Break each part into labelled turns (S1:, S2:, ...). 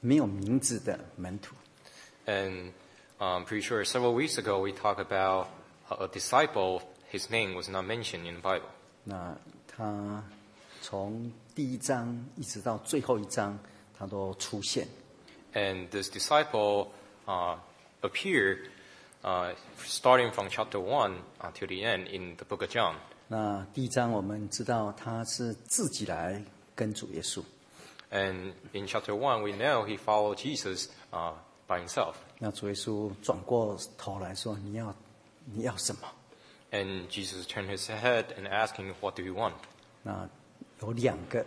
S1: 没有名字的门徒。
S2: And I'm pretty sure several weeks ago we talked about a, a disciple, his name was not mentioned in the Bible.
S1: 那他从第一章一直到最后一章，他都出现。
S2: And this disciple uh, appeared uh, starting from chapter 1 until the end in the book of John.
S1: 那第一章我们知道他是自己来跟主耶稣。
S2: And in chapter 1, we know he followed Jesus uh, by himself.
S1: 那主耶稣转过头来说：“你要，你要什么
S2: And Jesus turned his head and asked him, What do you want?？”
S1: 那有两个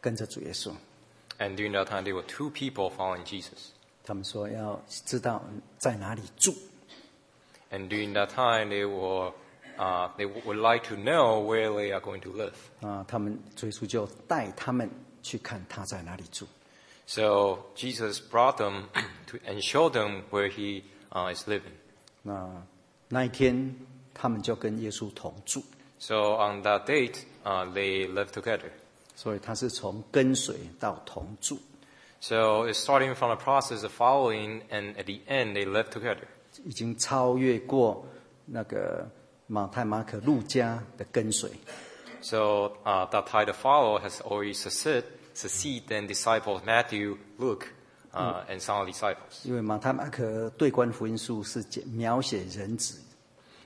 S1: 跟着主耶稣，
S2: And during that time, there were two people following Jesus.
S1: 他们说要知道在哪里住。
S2: And during that time, they, were, uh, they would like to know where they are going to live.
S1: 啊，他们主耶稣就带他们去看他在哪里住。
S2: So Jesus brought them to, and showed them where he uh, is living.
S1: 那那一天，他们就跟耶稣同住，
S2: So on that date, uh, they lived together.
S1: 所以他是从跟随到同住。
S2: So it's starting from the process of following, and at the end, they lived together.
S1: 已经超越过那个马太、马可、路加的跟随。
S2: So uh, that title follow has already succeed, succeed then disciples Matthew, Luke, uh, and some other disciples.
S1: 因为马太、马可对观福音书是解描写人子，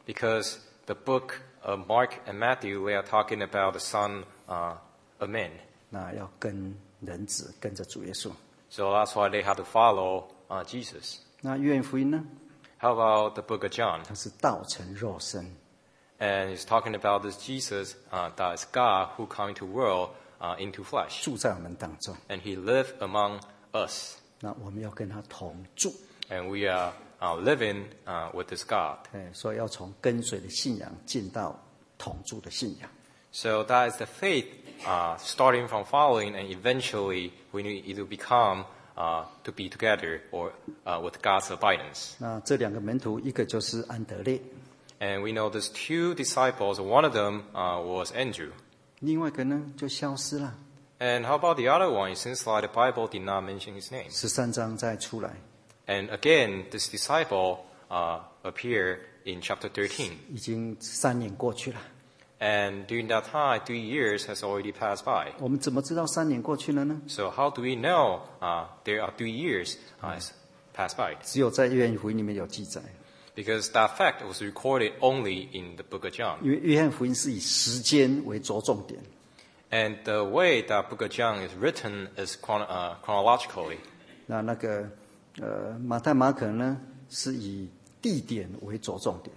S2: Because the book of Mark and Matthew, they are talking about the son uh, of man.
S1: 那要跟人子跟着主耶稣。
S2: So that's why they had to follow uh, Jesus.
S1: 那约翰福音呢？
S2: How about the book of John?
S1: 它是道成肉身，
S2: And it's talking about this Jesus uh, that is God who came into world uh, into flesh.
S1: 住在我们当中。
S2: And he lived among us.
S1: 那我们要跟他同住，
S2: And we are uh, living uh, with this God.
S1: 哎，所以要从跟随的信仰进到同住的信仰。
S2: So that is the faith uh, starting from following and eventually we need either become uh, to be together or uh, with God's abidance.
S1: 那这两个门徒，一个就是安德烈，
S2: And we know there's two disciples. One of them uh, was Andrew.
S1: 另外一个呢就消失了。
S2: And how about the other one? Since like the Bible did not mention his name.
S1: 十三章再出来，
S2: And again, this disciple uh, appeared in chapter 13.
S1: 已经三年过去了。
S2: And during that time, three years has already passed by.
S1: 我们怎么知道三年过去了呢？
S2: So how do we know uh, there are three years uh, has passed by?
S1: 只有在约翰福音里面有记载，
S2: Because that fact was recorded only in the book of John.
S1: 因为约翰福音是以时间为着重点，
S2: And the way that book of John is written is chron- uh, chronologically.
S1: 那那个呃马太、马可呢是以地点为着重点。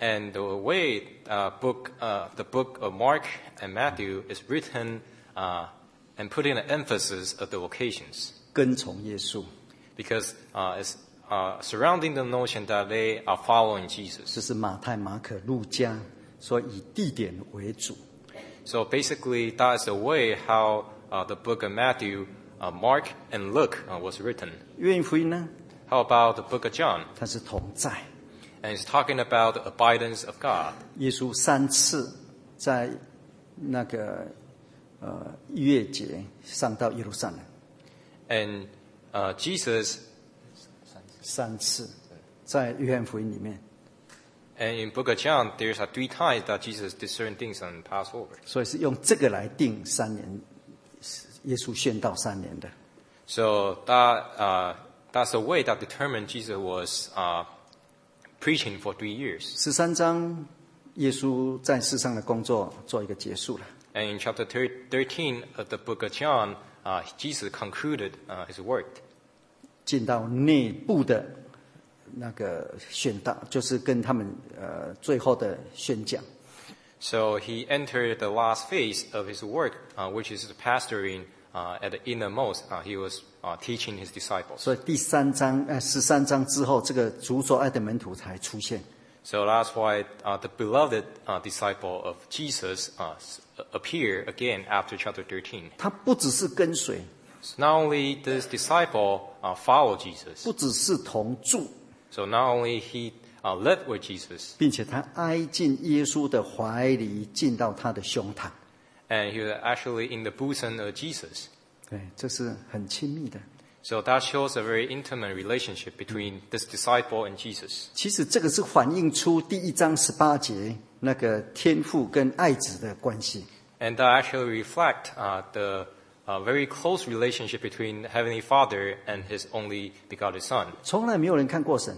S2: And the way uh, book, uh, the book of Mark and Matthew is written uh, and putting an emphasis of the locations.
S1: 跟从耶稣
S2: Because uh, it's uh, surrounding the notion that they are following Jesus.
S1: 这是马太、马可、路加，所以以地点为主。
S2: So basically, that is the way how uh, the book of Matthew, uh, Mark, and Luke uh, was written.
S1: 约翰福音呢，
S2: How about the book of John?
S1: 它是同在。
S2: And it's talking about the abidance of God.
S1: 耶稣三次在那个呃逾越节上到耶路撒冷，
S2: And uh, Jesus,
S1: 三次在约翰福音里面，
S2: and in book of John, there's uh, three times that Jesus did certain things on Passover.
S1: 所以是用这个来定三年，耶稣宣道三年的。
S2: So that, uh, that's the way that determined Jesus was uh, preaching for three years.
S1: 十三章，耶稣在世上的工作做一个结束了。
S2: And in chapter thir- 13 of the book of John, uh, Jesus concluded uh, his work.
S1: 进到内部的那个宣道，就是跟他们呃最后的宣讲。
S2: So he entered the last phase of his work, uh, which is pastoring uh, at the innermost. Uh, he was uh, teaching his disciples.
S1: 所以第三章呃十三章之后，这个主所爱的门徒才出现。
S2: So that's why uh, the beloved uh, disciple of Jesus uh, s- appear again after chapter 13.
S1: 他不只是跟随，
S2: So not only this disciple uh, follow Jesus,
S1: 不只是同住，
S2: so not only he uh, lived with Jesus,
S1: 并且他挨近耶稣的怀里，进到他的胸膛。
S2: and he was actually in the bosom of Jesus.
S1: 对，这是很亲密的。
S2: So that shows a very intimate relationship between this disciple and Jesus.
S1: 其实这个是反映出第一章十八节那个天父跟爱子的关系。
S2: And that actually reflect uh, the uh, very close relationship between Heavenly Father and His only begotten Son.
S1: 从来没有人看过神，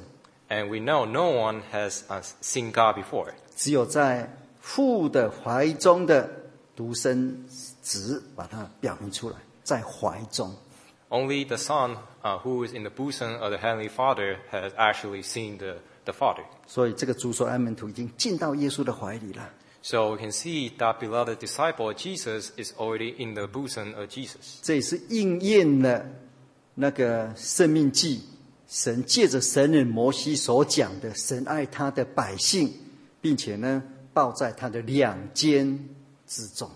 S2: And we know no one has uh, seen God before.
S1: 只有在父的怀中的独生子把它表明出来，在怀中。
S2: Only the Son, uh, who is in the bosom of the Heavenly Father, has actually seen the, the Father.
S1: 所以这个主所安门徒已经进到耶稣的怀里了。
S2: So we can see that beloved disciple Jesus is already in the bosom of Jesus.
S1: 这也是应验了那个生命记，神借着神人摩西所讲的，神爱他的百姓，并且呢，抱在他的两肩之中。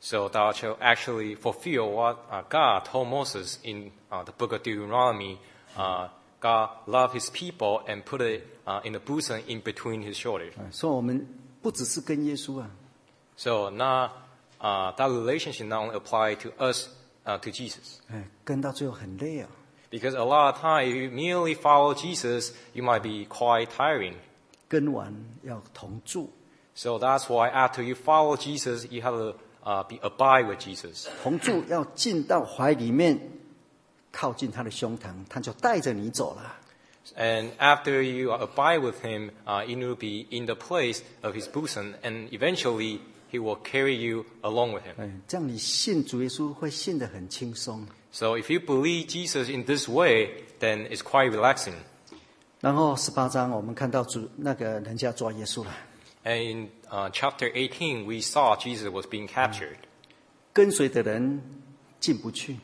S2: So thou shalt actually fulfill what uh, God told Moses in uh, the book of Deuteronomy. Uh, God loved his people and put it uh, in the bosom in between his shoulders.
S1: 啊所以我们不只是跟耶稣啊，
S2: So now uh, that relationship not only apply to us, uh, to Jesus.
S1: 哎，跟到最后很累啊。
S2: Because a lot of time, if you merely follow Jesus, you might be quite tiring.
S1: 跟完要同住，
S2: So that's why after you follow Jesus, you have to uh, be abide with Jesus.
S1: 同住要进到怀里面，靠近他的胸膛，他就带着你走了。
S2: And after you abide with him, uh, you will be in the place of his bosom, and eventually he will carry you along with him.
S1: 哎，这样你信主耶稣会信得很轻松。
S2: So if you believe Jesus in this way, then it's quite relaxing.
S1: 然后十八章我们看到主那个人家抓耶稣了，
S2: And in uh, chapter 18, we saw Jesus was being captured.
S1: 跟随的人进不去，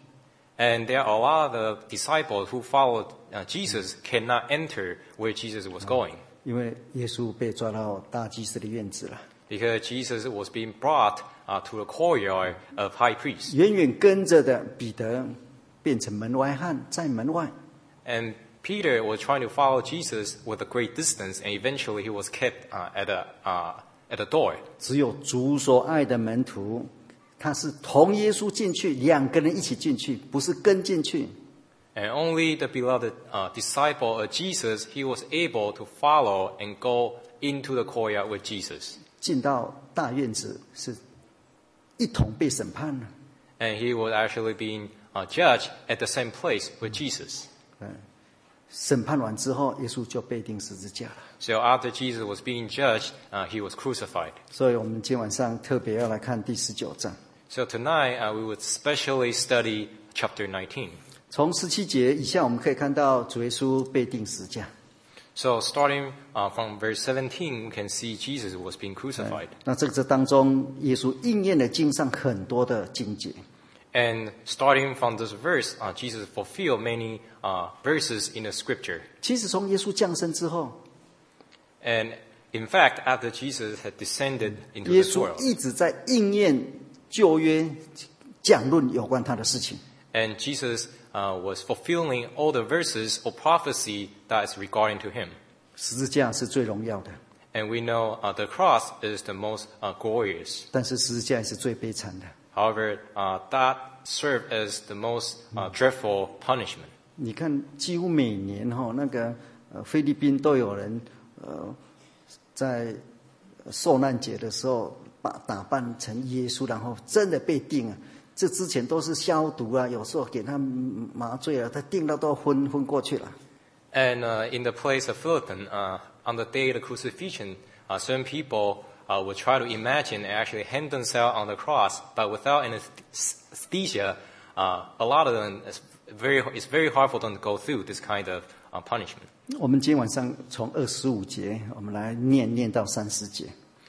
S2: And there are a lot of disciples who followed uh, Jesus cannot enter where Jesus was going
S1: 因为耶稣被抓到大祭司的院子了，
S2: because Jesus was being brought uh, to the courtyard of high priests.
S1: 远远跟着的彼得变成门外汉，在门外。
S2: And Peter was trying to follow Jesus with a great distance, and eventually he was kept uh, at, a, uh, at a door.
S1: 只有主所爱的门徒，他是同耶稣进去，两个人一起进去，不是跟进去。
S2: And only the beloved uh, disciple of Jesus, he was able to follow and go into the courtyard with Jesus.
S1: 进到大院子是一同被审判了。
S2: And he was actually being uh, judged at the same place with Jesus.
S1: 嗯审判完之后，耶稣就被钉十字架了。
S2: So after Jesus was being judged, uh, he was crucified.
S1: 所以我们今晚上特别要来看第十九章，
S2: So tonight uh, we would specially study chapter 19.
S1: 从十七节以下，我们可以看到主耶稣被钉十字架。
S2: So starting uh, from verse 17, we can see Jesus was being crucified.
S1: 那这个这当中，耶稣应验了经上很多的经节，
S2: And starting from this verse, uh, Jesus fulfilled many uh, verses in the scripture.
S1: 其实从耶稣降生之后，
S2: And in fact, after Jesus had descended into
S1: 耶
S2: this
S1: 稣
S2: world,
S1: 一直在应验旧约讲论有关他的事情。
S2: and Jesus uh, was fulfilling all the verses or prophecy that is regarding to him.
S1: 十字架是最荣耀的，
S2: And we know uh, the cross is the most uh, glorious.
S1: 但是十字架也是最悲惨的。
S2: However, uh, that served as the most uh, dreadful punishment.
S1: 你看，几乎每年哈、那个呃菲律宾都有人呃在受难节的时候把打扮成耶稣，然后真的被定啊。这之前都是消毒啊，有时候给他麻醉啊，他定到都昏昏过去了。
S2: And uh, in the place of Philippine, uh, on the day of the crucifixion, uh, certain people uh, would try to imagine and actually hang themselves on the cross, but without anesthesia, uh, a lot of them, it's very, it's very hard for them to go through this kind of uh, punishment.
S1: 我们今天晚上从二十五节，我们来念念到三十节。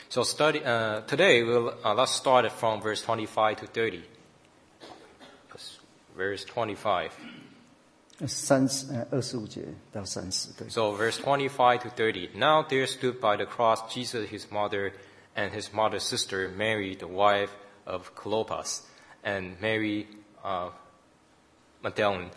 S2: So study, uh, today, we'll, uh, let's start it from verse 25 to 30. Verse 25.
S1: 三十呃二十五节到三十对，
S2: So verse 25 to 30. Now there stood by the cross Jesus his mother and his mother's sister Mary, the wife of Clopas, and Mary uh, Magdalene.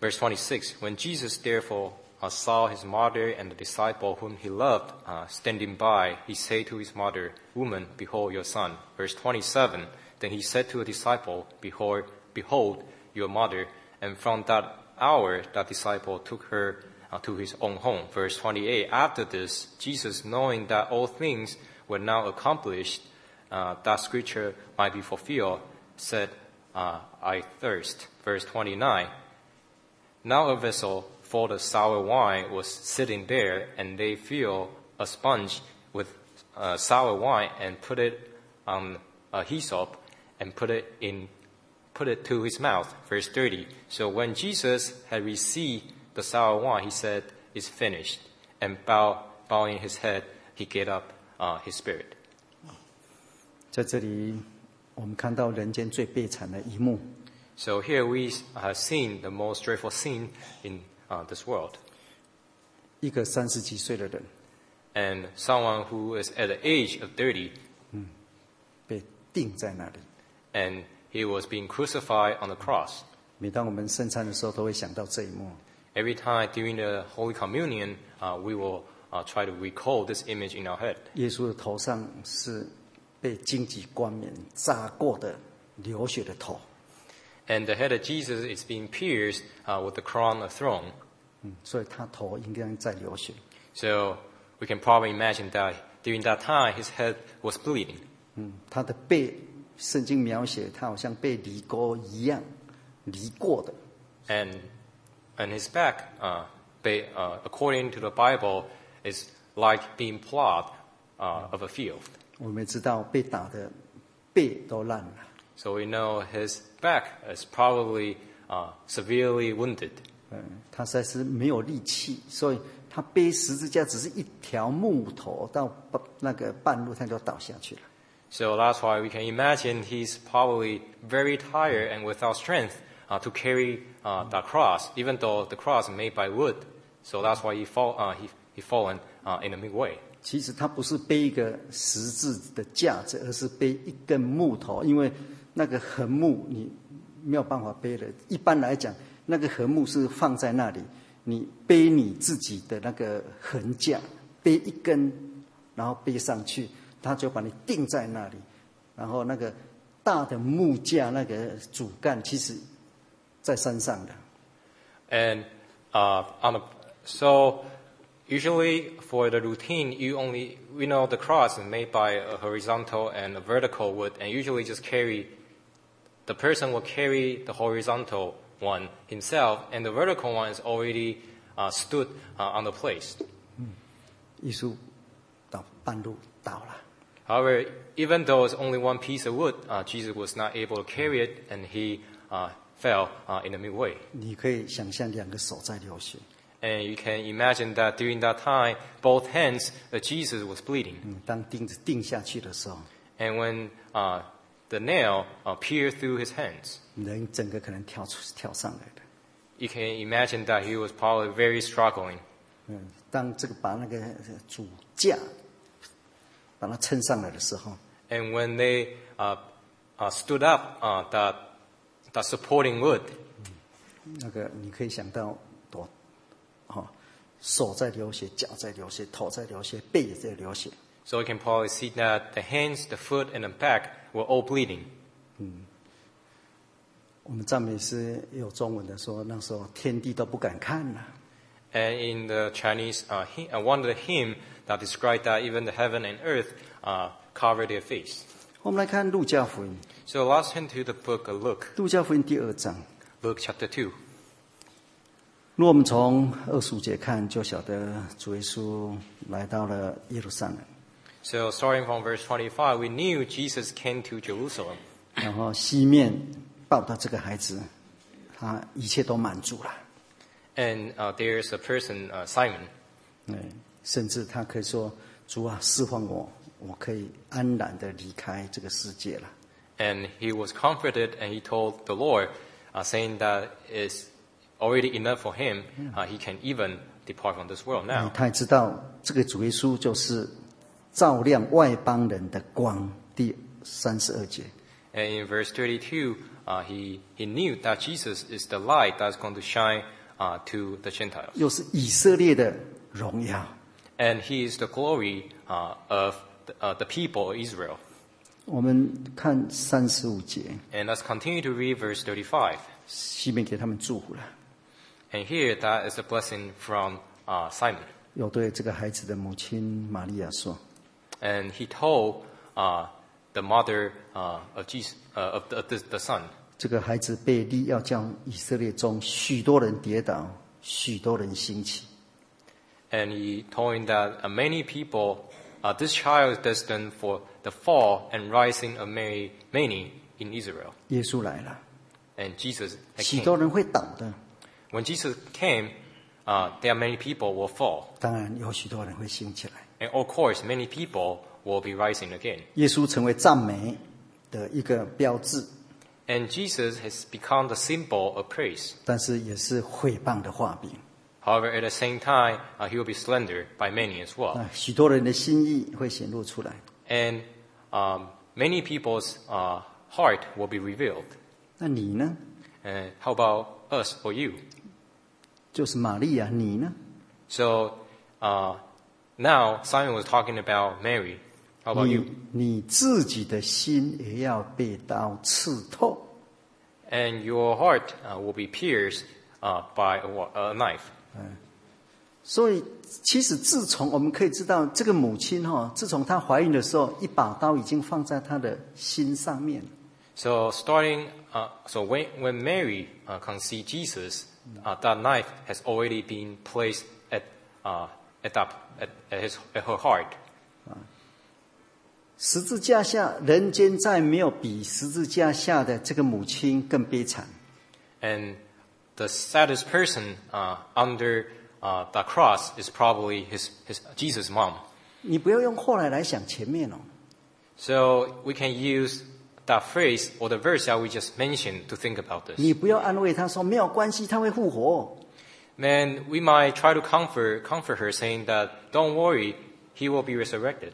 S2: Verse 26. When Jesus therefore uh, saw his mother and the disciple whom he loved uh, standing by, he said to his mother, Woman, behold your son. Verse 27. Then he said to the disciple, Behold Behold, your mother. And from that hour, that disciple took her uh, to his own home. Verse 28 After this, Jesus, knowing that all things were now accomplished, uh, that scripture might be fulfilled, said, uh, I thirst. Verse 29 Now a vessel for the sour wine was sitting there, and they filled a sponge with uh, sour wine and put it on a hyssop and put it in put it to his mouth. Verse 30. So when Jesus had received the sour wine, he said, It's finished. And bow, bowing his head, he gave up uh, his spirit.
S1: 在这里，我们看到人间最悲惨的一幕，
S2: So here we have seen the most dreadful scene in uh, this world.
S1: 一个三十几岁的人
S2: And someone who is at the age of 30
S1: 被钉在那里。
S2: and he was being crucified on the cross.
S1: 每当我们圣餐的时候，都会想到这一幕。
S2: Every time during the Holy Communion, uh, we will uh, try to recall this image in our head.
S1: 耶稣的头上是被荆棘冠冕扎过的流血的头，
S2: And the head of Jesus is being pierced uh, with the crown of thorn.
S1: 嗯，所以他头应该在流血。
S2: So we can probably imagine that during that time his head was bleeding.
S1: 嗯，他的背，圣经描写他好像被犁沟一样犁过的。
S2: And, and his back, uh, ba- uh, according to the Bible, is like being plowed uh, of a field.
S1: 我们也知道被打的背都烂了，
S2: So we know his back is probably uh, severely wounded.
S1: 嗯，他实在是没有力气，所以他背十字架只是一条木头，到半那个半路他就倒下去了。
S2: So that's why we can imagine he's probably very tired and without strength uh, to carry uh, that cross, even though the cross is made by wood. So that's why he fall, uh, he, he fallen uh, in the midway.
S1: 其实他不是背一个十字的架子，而是背一根木头，因为那个横木你没有办法背的。一般来讲，那个横木是放在那里，你背你自己的那个横架，背一根，然后背上去，他就把你定在那里。然后那个大的木架那个主干，其实在山上的，
S2: And uh, on a, so usually for the routine, you only we know the cross is made by a horizontal and a vertical wood, and usually just carry the person will carry the horizontal one himself, and the vertical one is already uh, stood uh, on the place.
S1: 耶稣到半路倒了。
S2: However, even though it's only one piece of wood, uh, Jesus was not able to carry it, and he uh, fell uh, in the midway.
S1: 你可以想象两个手在流血。
S2: And you can imagine that during that time, both hands of Jesus was bleeding.
S1: 嗯，当钉子钉下去的时候，
S2: and when uh, the nail uh, pierced through his hands,
S1: 人整个可能跳出跳上来的。
S2: you can imagine that he was probably very struggling.
S1: 嗯，当这个把那个呃主架把它撑上来的时候，
S2: And when they uh, uh, stood up, uh, that, that supporting wood,
S1: 那个你可以想到多，哈、手在流血，脚在流血，头在流血，背也在流血。
S2: so you can probably see that the hands, the foot, and the back were all bleeding.
S1: 我们赞美诗也有中文的说，那时候天地都不敢看了、
S2: And in the Chinese, uh, hy- uh, one of the hymn that described that even the heaven and earth uh, covered their face.
S1: 我们来看路加福音，
S2: So let's turn to the book of Luke,
S1: 路加福音第二章。
S2: Luke chapter 2.
S1: 如果我们从二十五节看，就晓得主耶稣来到了耶路撒冷。
S2: So starting from verse 25, we knew Jesus came to Jerusalem.
S1: 然后西面抱到这个孩子，他一切都满足了，
S2: And uh, there is a person, uh, Simon.
S1: 嗯，甚至他可以说：“主啊，释放我，我可以安然的离开这个世界了。
S2: And he was comforted and he told the Lord, uh, saying that it's already enough for him. Uh, he can even depart from this world ”now.
S1: 他也知道这个主耶稣就是照亮外邦人的光。第三十二节，
S2: And in verse 32, uh, he, he knew that Jesus is the light that's going to shine uh, to the Gentiles.
S1: 又是以色列的荣耀。
S2: And he is the glory uh, of the, uh, the people of Israel.
S1: 我们看三十五节，
S2: And let's continue to read verse 35.
S1: 西面给他们祝福了，
S2: And here, that is a blessing from uh, Simon.
S1: 又对这个孩子的母亲玛利亚说
S2: And he told uh, the mother uh, of, Jesus, uh, of, the, of the, the son,：“
S1: 这个孩子被立要将以色列中许多人跌倒，许多人兴起。
S2: and he told him that uh, many people, uh, this child is destined for the fall and rising of many, many in Israel. ”
S1: 耶稣来了，
S2: And Jesus
S1: 许
S2: came.
S1: 多人会倒的，
S2: When Jesus came, uh, there are many people will fall,
S1: 当然有许多人会兴起来。
S2: and of course, many people will be rising again.
S1: 耶稣成为赞美的一个标志，
S2: And Jesus has become the symbol of praise.
S1: 但是也是毁谤的画饼。
S2: However, at the same time, uh, he will be slandered by many as well,
S1: 啊，许多人的心意会显露出来。
S2: and um, many people's uh, heart will be revealed.
S1: 那你呢？
S2: And how about us or you?
S1: 就是玛利亚，你呢？
S2: So uh, now Simon was talking about Mary. How about
S1: 你
S2: you?
S1: 你自己的心也要被刀刺透。
S2: And your heart uh, will be pierced uh, by a, wa- a knife.
S1: 所以，其实自从我们可以知道，这个母亲哈、自从她怀孕的时候，一把刀已经放在她的心上面。
S2: So starting, uh, so when, when Mary uh, conceived Jesus, uh, that knife has already been placed at, uh, at, that, at, at, his, at her heart.
S1: 十字架下，人间再没有比十字架下的这个母亲更悲惨。
S2: And the saddest person uh, under uh, the cross is probably his, his Jesus' mom.
S1: 你不要用后来来想前面哦，
S2: So we can use that phrase or the verse that we just mentioned to think about this.
S1: 你不要安慰她说没有关系，她会复活。
S2: Then we might try to comfort, comfort her saying that, don't worry, he will be resurrected.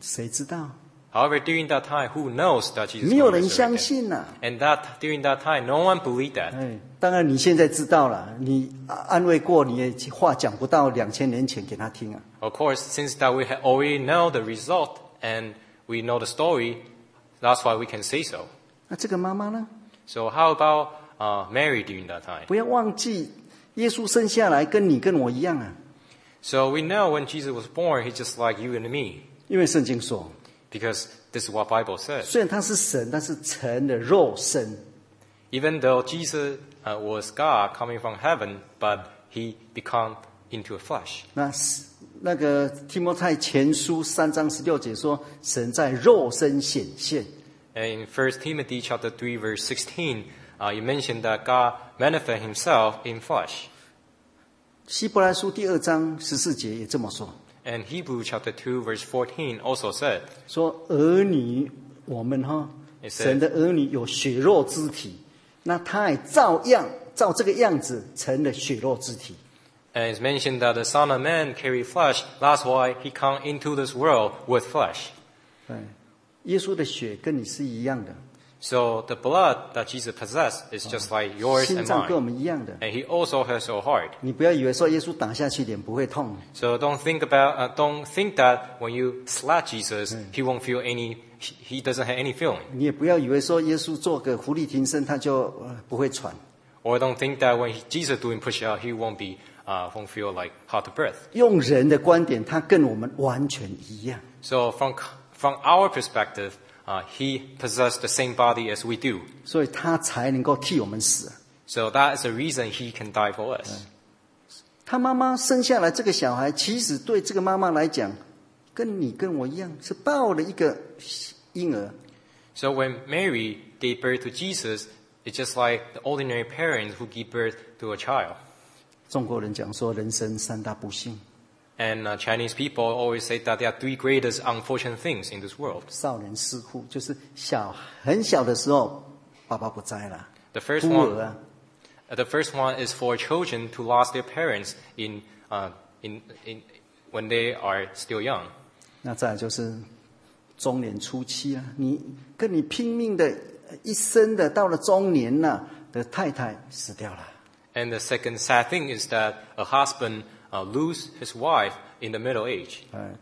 S1: 谁知道？
S2: However, during that time, who knows that Jesus
S1: 没有
S2: will
S1: 人
S2: be
S1: 相
S2: resurrected?
S1: 信呐、啊
S2: And that during that time, no one believed that.
S1: 哎，当然你现在知道了，你啊安慰过，你也话讲不到两千年前给他听啊。
S2: Of course, since that we ha- already know the result and we know the story, that's why we can say so.
S1: 那这个妈妈呢？
S2: So how about uh, Mary during that time?
S1: 不要忘记，耶稣生下来跟你跟我一样啊，
S2: So we know when Jesus was born, he's just like you and me,
S1: 因为圣经说，
S2: because this is what Bible says.
S1: 虽然他是神，但是成了肉身，
S2: Even though Jesus uh, was God coming from heaven, but he became into a flesh.
S1: 那是那个提摩太前书三章十六节说，神在肉身显现。
S2: And in 1 Timothy chapter 3 verse 16, uh, you mentioned that God manifested himself in flesh.
S1: 希伯来书第二章十四节也这么说，
S2: And Hebrew chapter 2 verse 14 also said,
S1: 说儿女，我们哈、
S2: It says-
S1: 神的儿女有血肉之体，那他也照样照这个样子成了血肉之体。
S2: and it's mentioned that the Son of Man carried flesh, that's why he come into this world with flesh.
S1: 嗯，耶稣的血跟你是一样的，
S2: So the blood that Jesus possessed is just like yours
S1: 心
S2: and
S1: 脏跟我
S2: mine.
S1: 们一样的。
S2: And he also has your heart.
S1: 你不要以为说耶稣打下去脸不会痛，
S2: So don't think about, uh, don't think that when you slap Jesus, he won't feel any, he he doesn't have any feeling.
S1: 你也不要以为说耶稣做个浮力挺身他就呃不会喘。
S2: Or don't think that when he, Jesus doing push out, he won't be, uh, won't feel like hard to breath.
S1: 用人的观点，他跟我们完全一样。
S2: So from, from our perspective, uh, he possessed the same body as we do.
S1: 所以他才能够替我们死。
S2: So that is the reason he can die for us.
S1: 他妈妈生下来这个小孩，其实对这个妈妈来讲，跟你跟我一样，是抱了一个婴儿。
S2: So when Mary gave birth to Jesus, it's just like the ordinary parents who give birth to a child.
S1: 中国人讲说，人生三大不幸：
S2: And uh, Chinese people always say that there are three greatest unfortunate things in this world.
S1: 少年失父，就是小很小的时候，爸爸不在了，
S2: The first
S1: 孤
S2: one,
S1: 儿啊，
S2: uh, the first one is for children to lose their parents in, uh, in, in, when they are still young.
S1: 那再来就是中年初期啊，你跟你拼命的呃一生的，到了中年了、的太太死掉了，
S2: And the second sad thing is that a husband uh, lose his
S1: 哎
S2: wife in the middle age.
S1: 呃，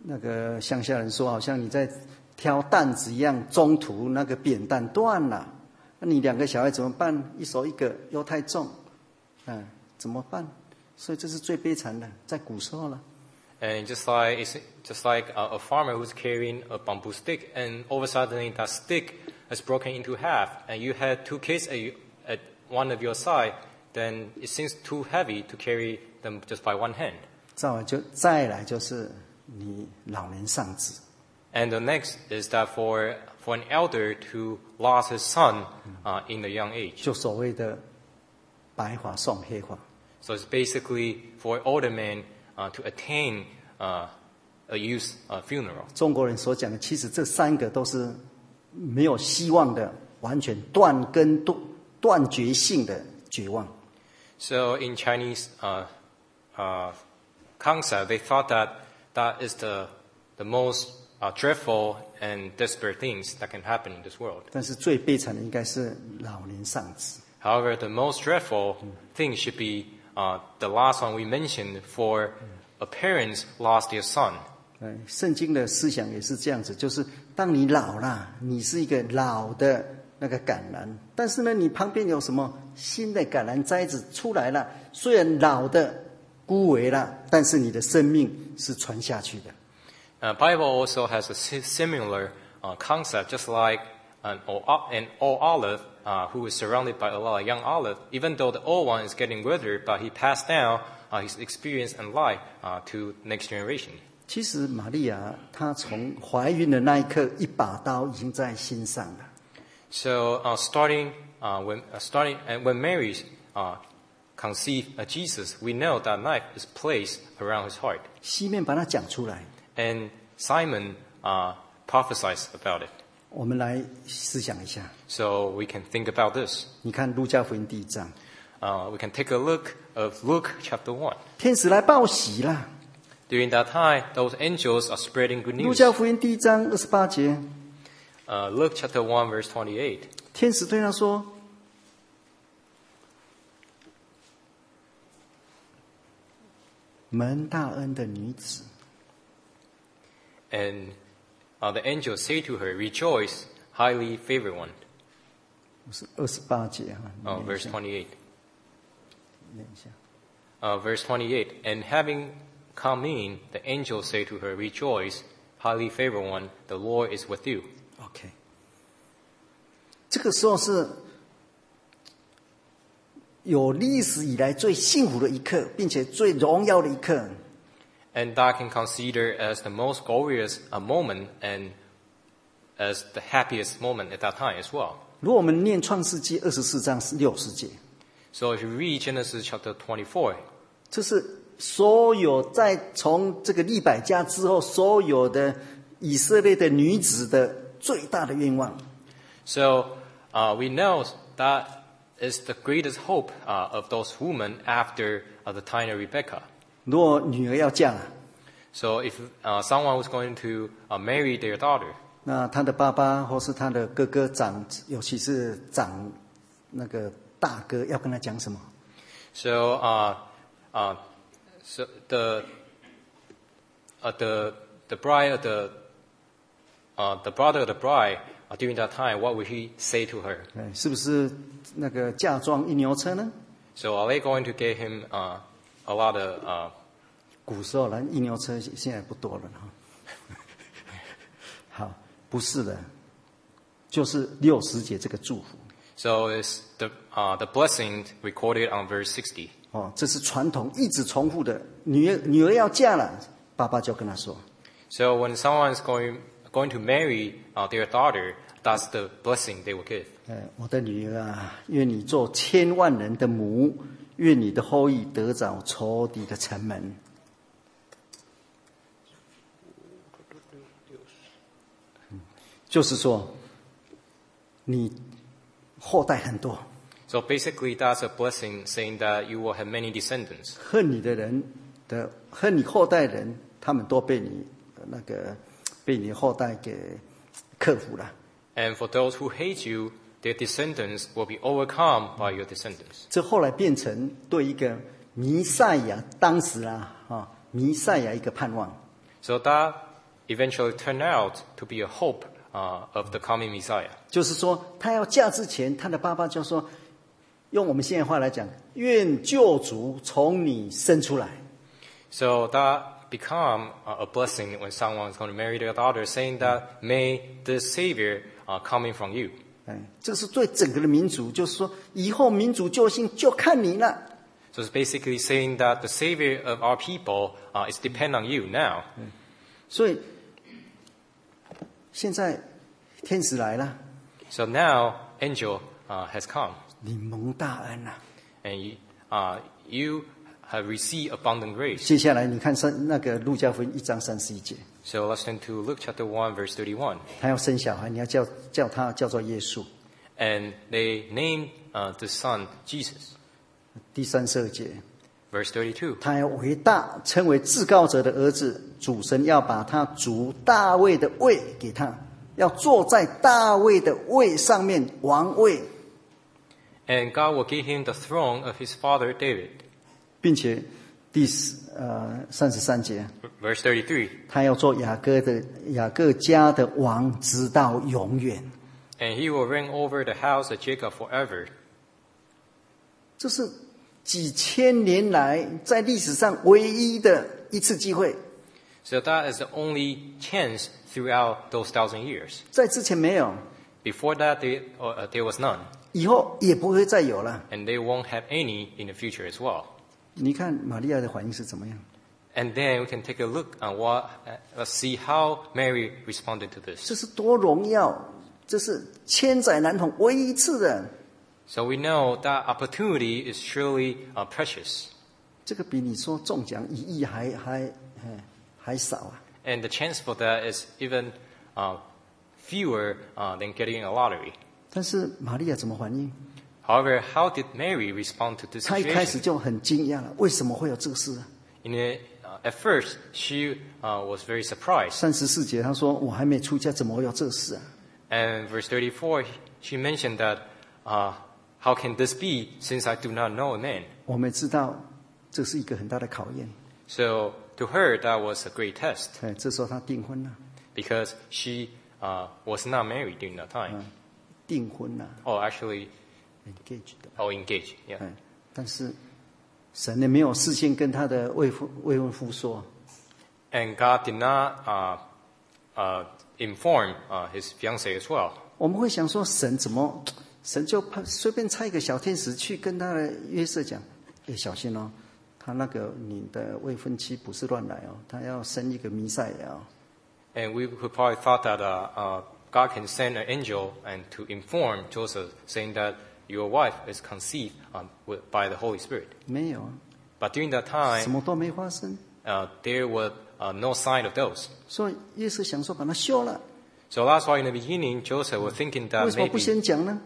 S1: 那个乡下人说，好像你在挑担子一样，中途那个扁担断了，那你两个小孩怎么办？一手一个又太重，嗯，怎么办？所以这是最悲惨的，在古时候了。
S2: And just like it's just like a, a farmer who's carrying a bamboo stick, and all of a sudden that stick is broken into half, and you had two kids at, you- at one of your side, then it seems too heavy to carry them just by one hand.
S1: 再来就再来就是你老年丧子，
S2: And the next is that for for an elder to lose his son uh, in a young age.
S1: 就所谓的白发送黑发。
S2: So it's basically for older men uh, to attain uh, a youth uh, funeral.
S1: 中国人所讲的，其实这三个都是没有希望的，完全断根断断绝性的绝望。
S2: So in Chinese uh, uh, concept, they thought that that is the the most uh, dreadful and desperate things that can happen in this world.
S1: 但是最悲惨的应该是老年丧子。
S2: However, the most dreadful thing should be uh, the last one we mentioned for a parents lost their son.
S1: 哎，圣经的思想也是这样子，就是当你老了，你是一个老的那个感染，但是呢，你旁边有什么新的感染摘子出来了，虽然老的枯萎了，但是你的生命是传下去的。
S2: Uh, Bible also has a si- similar uh, concept, just like an old, o- an old olive uh, who is surrounded by a lot of young olive. Even though the old one is getting withered, but he passed down uh, his experience and life uh, to next generation.
S1: 其实玛利亚她从怀孕的那一刻，一把刀已经在心上了。
S2: So uh, starting uh, when uh, starting and when Mary uh, conceived uh, Jesus, we know that knife is placed around his heart,
S1: 西面把它讲出来，
S2: and Simon uh, prophesies about it.
S1: 我们来思想一下。
S2: So we can think about this.
S1: 你看路加福音第一章，
S2: Uh, we can take a look of Luke chapter 1.
S1: 天使来报喜啦。
S2: During that time, those angels are spreading good
S1: 路
S2: news.
S1: 加福音第一章二十八节，
S2: Uh, Luke chapter 1, verse 28.
S1: 天使对他说：“蒙大恩的女子，
S2: And uh, the angels say to her, Rejoice, highly favored one.
S1: 是二十八节啊，
S2: Uh,
S1: 念一
S2: verse
S1: 下，
S2: 28.
S1: 念一下。
S2: Uh, verse 28. And having come in, the angels say to her, Rejoice, highly favored one, the Lord is with you.
S1: OK，这个时候是有历史以来最幸福的一刻，并且最荣耀的一刻。
S2: And that can consider as the most glorious uh, moment and as the happiest moment at that time as well.
S1: 如果我们念创世纪二十四章六十节，
S2: So if you read Genesis chapter 24,
S1: 这是所有在从这个利百加之后，所有的以色列的女子的最大的愿望。
S2: So uh, we know that is the greatest hope uh, of those women after uh, the time of Rebecca.
S1: 如果女儿要嫁，
S2: So if uh, someone was going to uh, marry their daughter,
S1: 那她的爸爸或是她的哥哥长，尤其是长那个大哥，要跟她讲什么？
S2: so uh, uh, so the uh, the the bride, of the uh, the brother of the bride, uh, during that time, what would he say to her?
S1: 哎，是不是那个嫁妆一牛车呢？
S2: So are they going to give him uh, a lot of uh,
S1: 古时候人一牛车现在不多了哈。 好，不是的，就是六十节这个祝福
S2: so is the uh, the blessing recorded on verse sixty?
S1: 哦，这是传统一直重复的。女儿女儿要嫁了，爸爸就跟她说，
S2: So when someone is going going to marry uh, their daughter, that's the blessing they will give.
S1: 呃，我的女儿啊，愿你做千万人的母，愿你的后裔得着仇敌的城门。嗯就是说，你后代很多，
S2: So basically, that's a blessing saying that you will have many descendants.
S1: 恨你的人的恨你后代人，他们都被你呃那个被你后代给克服了。
S2: And for those who hate you, their descendants will be overcome by your descendants.
S1: 这后来变成对一个弥赛亚，当时啊啊，弥赛亚一个盼望。
S2: So that eventually turned out to be a hope uh, of the coming Messiah.
S1: 就是说，他要嫁之前，他的爸爸就说，用我们现在话来讲，愿救主从你生出来。
S2: So that become uh, a blessing when someone is going to marry their daughter, saying that may the Savior uh, coming from you.
S1: 嗯，这是对整个的民族，就是说，以后民族救星就看你了。
S2: So it's basically saying that the Savior of our people uh, is depend on you now.
S1: 所以，现在天使来了，
S2: So now angel uh, has come,
S1: 你蒙大恩啊了、
S2: and you, uh, you have received abundant grace.
S1: 接下来你看三那个路加福音一章三十一节，
S2: So let's turn to Luke chapter one, verse thirty-one.
S1: 他要生小孩，你要叫叫他叫做耶稣。
S2: And they named uh, the son Jesus.
S1: 第三十二节，
S2: Verse 32.
S1: 他要为大，称为至高者的儿子。主神要把他主大卫的位给他，要坐在大卫的位上面王位，
S2: And God will give him the throne of his father David.
S1: 并且第十呃三十三节，
S2: Verse 33.
S1: 他要做雅各的雅各家的王，直到永远。
S2: And he will reign over the house of Jacob forever.
S1: 这是几千年来在历史上唯一的一次机会，
S2: So that is the only chance throughout those thousand years.
S1: 在之前没有，
S2: Before that, they, uh, there was none.
S1: 以后也不会再有了。
S2: And they won't have any in the future as well.
S1: 你看玛利亚的反应是怎么样？
S2: And then we can take a look at what, uh, let's see how Mary responded to this.
S1: 这是多荣耀，这是千载难逢唯一一次的。
S2: So we know that opportunity is surely uh, precious.
S1: 这个比你说中奖一亿还还哎还少啊！
S2: And the chance for that is even uh, fewer uh, than getting a lottery.
S1: 但是玛利亚怎么反应？
S2: However, how did Mary respond to this
S1: 她一开始
S2: situation?
S1: 就很惊讶了，为什么会有这个事啊？
S2: In a, uh, at first, she uh, was very surprised.
S1: 三十四节她说：“我还没出家，怎么会有这个事啊
S2: And verse 34, she mentioned that, uh, how can this be since I do not know a man? ”
S1: 我们知道这是一个很大的考验。
S2: So to her, that was a great test
S1: 哎，这时候她订婚了，
S2: because she uh, was not married during that time.
S1: 订婚了
S2: Or actually,
S1: ，engaged 的。
S2: or engaged. Yeah.
S1: 哎，但是神也没有事先跟她的未婚未婚夫说，
S2: And God did not uh, uh, inform uh, his fiancee as well.
S1: 我们会想说，神怎么，神就派随便差一个小天使去跟他的约瑟讲，哎，小心哦，他那个你的未婚妻不是乱来哦，他要生一个弥赛亚哦。
S2: And we could probably thought that uh, uh, God can send an angel and to inform Joseph, saying that your wife is conceived um, with, by the Holy Spirit.
S1: 没有啊，
S2: But during that
S1: 什
S2: time,
S1: 么都没发生，
S2: uh, there were uh, no sign of those.
S1: 所以约瑟想说把他休了，
S2: So that's why in the beginning, Joseph was thinking
S1: 为
S2: that
S1: 什么不
S2: maybe
S1: 先讲呢？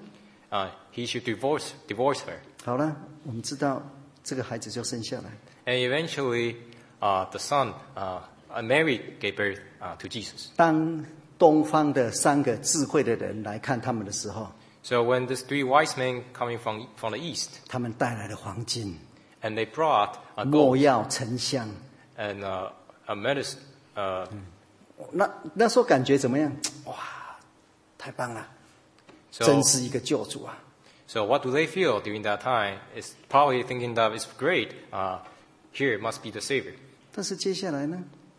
S2: uh, he should divorce, divorce her.
S1: 好了，我们知道这个孩子就生下来，
S2: And eventually, uh, the son, uh, uh, Mary, gave birth uh, to Jesus.
S1: 当东方的三个智慧的人来看他们的时候，
S2: So when these three wise men coming from, from the east,
S1: 他们带来了黄金、
S2: and they brought a
S1: 墨
S2: gold
S1: 药、沉香，
S2: and uh, a medicine, uh,
S1: 那那时候感觉怎么样？哇，太棒了！真
S2: so,
S1: 是一个救主啊！
S2: so what do they feel during that time? It's probably thinking that it's great, uh, here must be the savior.
S1: 但是接下来呢，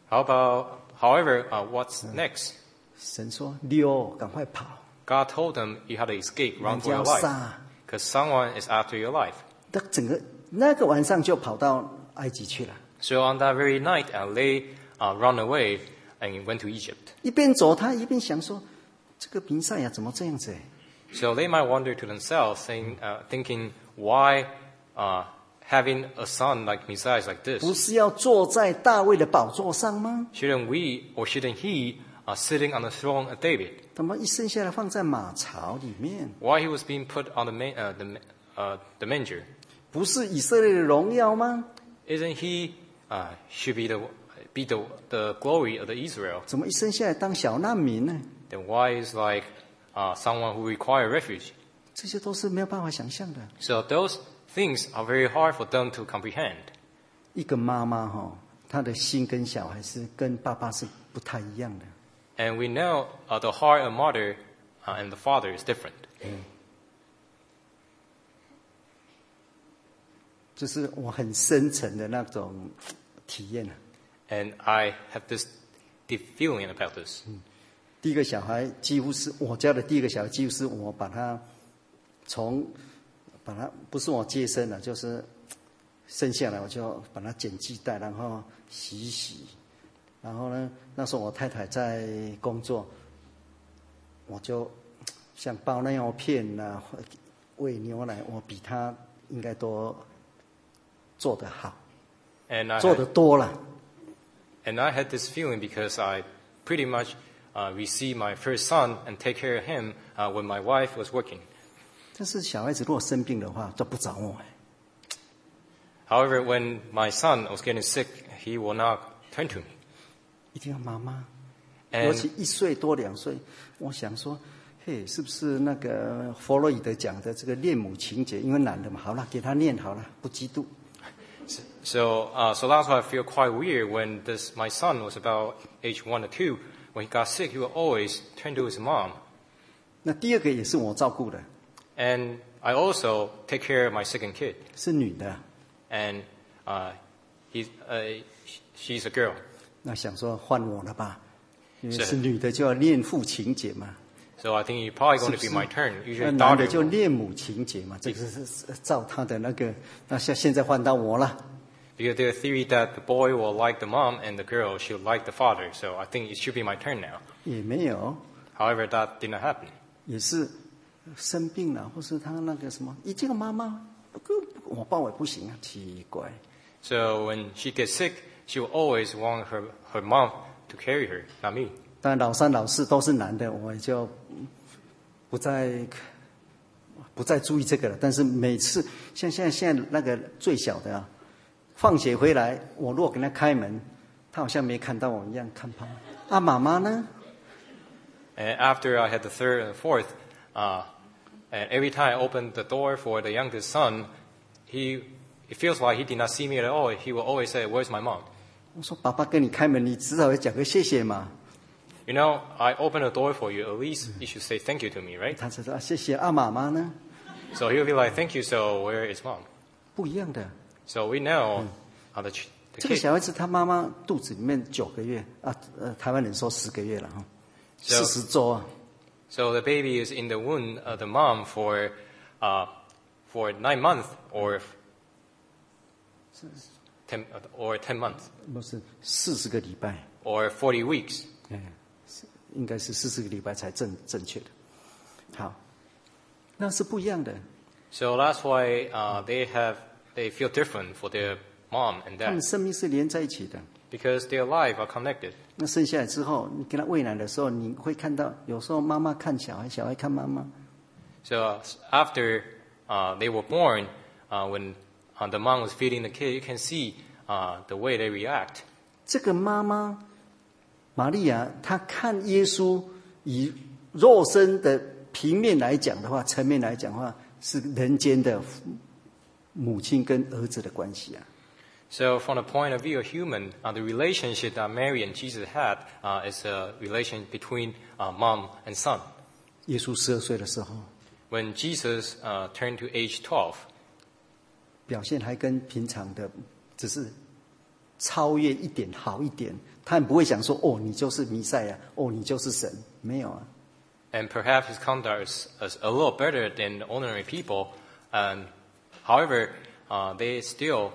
S2: How about, however, uh, what's next?
S1: 神说：“溜，赶快跑，
S2: God told them you have to escape,
S1: 人
S2: run
S1: 家
S2: for
S1: 要
S2: your life,
S1: 杀。
S2: because someone is after your life. ”
S1: 他整个那个晚上就跑到埃及去了，
S2: So on that very night, uh, they uh, run away and went to Egypt.
S1: 一边走他一边想说：“这个弥赛亚怎么这样子
S2: So they might wonder to themselves, saying, uh, thinking, why uh, having a son like Messiah is like？”
S1: 不
S2: this?
S1: 是要坐在大卫的宝座上吗？
S2: Shouldn't we or shouldn't he uh, sitting on the throne of David?
S1: 怎么一生下来放在马槽里面？
S2: Why he was being put on the, man, uh, the, ma- uh, the manger?
S1: 不是以色列的荣耀吗？
S2: Isn't he uh, should be the be the, the glory of the Israel?
S1: 怎么一生下来当小难民呢？
S2: Then why is like uh, someone who require refuge?
S1: 这些都是没有办法想象的。
S2: So those things are very hard for them to comprehend.
S1: 一个妈妈哈、她的心跟小孩是跟爸爸是不太一样的。
S2: And we know uh, the heart of mother uh, and the father is different.
S1: 就是我很深层的那种体验啊。
S2: And I have this deep feeling about this.
S1: 第一个小孩几乎是我家的第一个小孩，几乎是我把他从把他不是我接生了，就是生下来我就把他剪系带，然后洗一洗，然后呢，那时候我太太在工作，我就像包那药片呐、啊，喂牛奶，我比他应该都做得好，
S2: And I
S1: 做得
S2: had,
S1: 多了。
S2: and I had this feeling because I pretty much uh, received my first son and take care of him uh, when my wife was working.
S1: 但是小孩子如果生病的话，就不找我哎。
S2: However, when my son was getting sick, he will not turn to me.
S1: 一定要妈妈，
S2: And-
S1: 尤其一岁多两岁，我想说，嘿，是不是那个弗洛伊德讲的这个恋母情节？因为男的嘛，好了，给他念好了，不嫉妒。
S2: So, uh, so that's why I feel quite weird when this, my son was about age one or two. When he got sick, he would always turn to his mom.
S1: 那第二个也是我照顾的，
S2: And I also take care of my second kid.
S1: 是女的，
S2: And uh, he's, uh, sh- she's a girl.
S1: 那想说换我了吧，因为
S2: 是
S1: 是女的就要恋父情节嘛，
S2: So I think it's probably
S1: 是
S2: going
S1: 不
S2: to
S1: 是
S2: be my turn.？
S1: 那
S2: Usually
S1: 男
S2: daughter
S1: 的就
S2: will,
S1: 恋母情节嘛，这个是是照他的那个，那现现在换到我了。
S2: because there's a theory that the boy will like the mom and the girl should like the father. So I think it should be my turn now.
S1: 也没有，
S2: However, that did not happen.
S1: 也是生病了，或是他那个什么，咦，这个妈妈，不过我抱也不行啊，奇怪。
S2: So when she gets sick, she will always want her, her mom to carry her, not me.
S1: 但老三、老四都是男的，我也就不再不再注意这个了。但是每次像现在现在那个最小的啊，放学回来，我如果给他开门，他好像没看到我一样看他。啊，妈妈呢？
S2: And after I had the third and fourth, uh, and every time I opened the door for the youngest son, he it feels like he did not see me at all. He will always say, "Where's my mom?"
S1: 我说爸爸跟你开门，你至少要讲个谢谢嘛。
S2: You know, I opened the door for you. At least you should say thank you to me, right?
S1: 他就说啊，谢谢。啊，妈妈呢？
S2: So he'll be like, "Thank you." So where is mom?
S1: 不一样的。
S2: So we know how the, ch- the
S1: 这个
S2: kid.
S1: 小孩子他妈妈肚子里面九个月啊，呃，台湾人说十个月了哈，
S2: So-
S1: 四十周啊，
S2: So the baby is in the womb of the mom for uh, for nine months or ten or ten months
S1: 不是四十个礼拜，
S2: or forty weeks.
S1: 嗯，是应该是四十个礼拜才正正确的。好，那是不一样的，
S2: So that's why uh, they have they feel different for their mom and
S1: 他们
S2: dad
S1: 生命是连在一起的。
S2: because their life are connected.
S1: 那生下来之后，你给他喂奶的时候，你会看到有时候妈妈看小孩，小孩看妈妈，
S2: So uh, after uh, they were born, uh, when uh, the mom was feeding the kid, you can see uh, the way they react.
S1: 这个妈妈玛利亚，她看耶稣以肉身的平面来讲的话，层面来讲的话，是人间的父母亲跟儿子的关系啊。
S2: So from the point of view of human, uh, the relationship that Mary and Jesus had uh, is a relation between uh, mom and son.
S1: 耶稣十二岁的时候，
S2: When Jesus uh, turned to age 12,
S1: 表现还跟平常的只是超越一点，好一点。他们不会想说：“哦，你就是弥赛亚，哦，你就是神。”没有啊，
S2: and perhaps his conduct is, is a little better than ordinary people. And however, uh, they still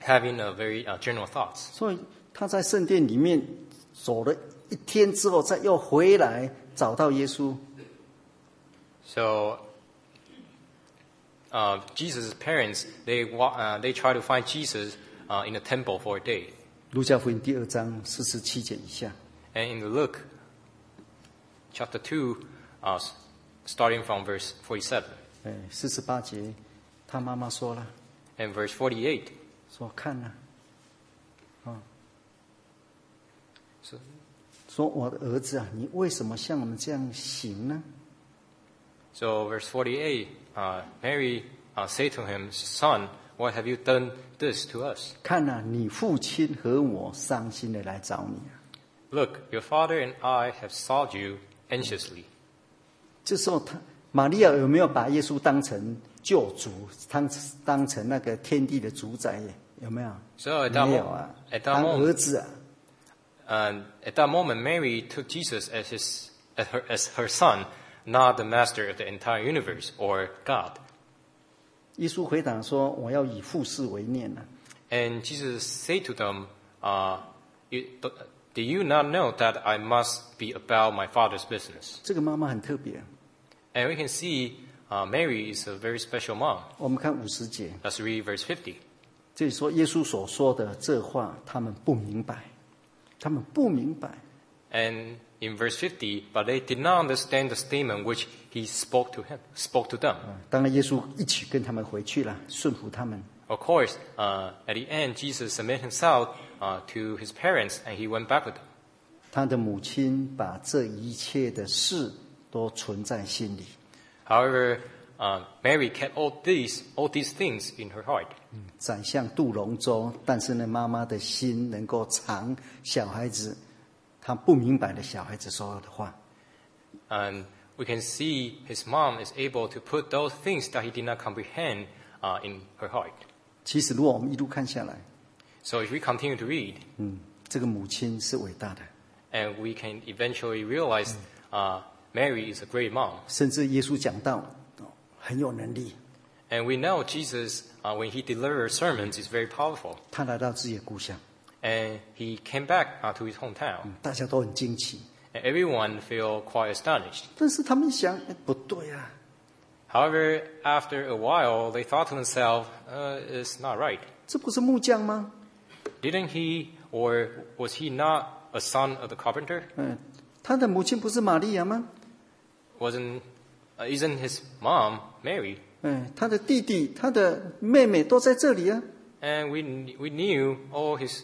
S2: having a very uh, general thoughts.
S1: 所以他在圣殿里面走了一天之后，再又回来找到耶稣，
S2: So uh, Jesus' parents they wa- uh, they try to find Jesus uh, in the temple for a day,
S1: 路加福音第二章四十七节以下，
S2: and in Luke chapter two, uh, s- starting from verse forty-seven
S1: 哎，四十八节，他妈妈说了，
S2: and verse forty-eight.
S1: 说看啊呐、
S2: So,
S1: 说我的儿子啊，你为什么像我们这样行呢？
S2: so verse forty-eight, uh, Mary uh, said to him, "Son, why have you done this to us?"
S1: 看呐、你父亲和我伤心的来找你啊、
S2: Look, your father and I have sought you anxiously.
S1: 这时候他玛利亚有没有把耶稣当成救主，当当成那个天地的主宰？有没有？
S2: So at that,
S1: 没有
S2: mo-
S1: 啊，
S2: at that
S1: 当儿
S2: moment,
S1: 子啊。
S2: and at that moment, Mary took Jesus as his, as her, as her son, not the master of the entire universe or God.
S1: 耶稣回答说：“我要以父事为念啊。
S2: And Jesus said to them, uh, you, but do you not know that I must be about my father's business?
S1: 这个妈妈很特别，
S2: And we can see uh, Mary is a very special mom.
S1: 我们看五十节，
S2: Let's read verse 50.
S1: 这里说耶稣所说的这话，他们不明白，他们不明白。
S2: And in verse 50, but they did not understand the statement which he spoke to him, spoke to them.
S1: 当然，耶稣一起跟他们回去了，顺服他们。
S2: Of course, uh, at the end, Jesus submitted himself uh, to his parents and he went back with them.
S1: 他的母亲把这一切的事都存在心里，
S2: However, uh, Mary kept all these, all these things in her heart.
S1: 宰相渡龙舟，但是呢，妈妈的心能够藏小孩子他不明白的小孩子所有的话。
S2: And we can see his mom is able to put those things that he did not comprehend uh, in her heart.
S1: 其实，如果我们一路看下来，
S2: So if we continue to read,
S1: 嗯，这个母亲是伟大的，
S2: and we can eventually realize uh, Mary is a great mom.
S1: 甚至耶稣讲到哦很有能力，
S2: And we know Jesus, uh, when he delivered sermons, is very powerful.
S1: 他来到自己的故乡，
S2: And he came back uh, to his hometown.
S1: 大家都很惊奇。
S2: And everyone felt quite astonished.
S1: 但是他们想，哎不对啊，
S2: However, after a while, they thought to themselves, uh, it's not right.
S1: 这不是木匠吗？
S2: Didn't he, or was he not a son of the carpenter?
S1: 嗯，他的母亲不是玛利亚吗？
S2: Wasn't, uh, isn't his mom Mary?
S1: 嗯，他的弟弟、他的妹妹都在这里啊。
S2: And we, kn- we knew all his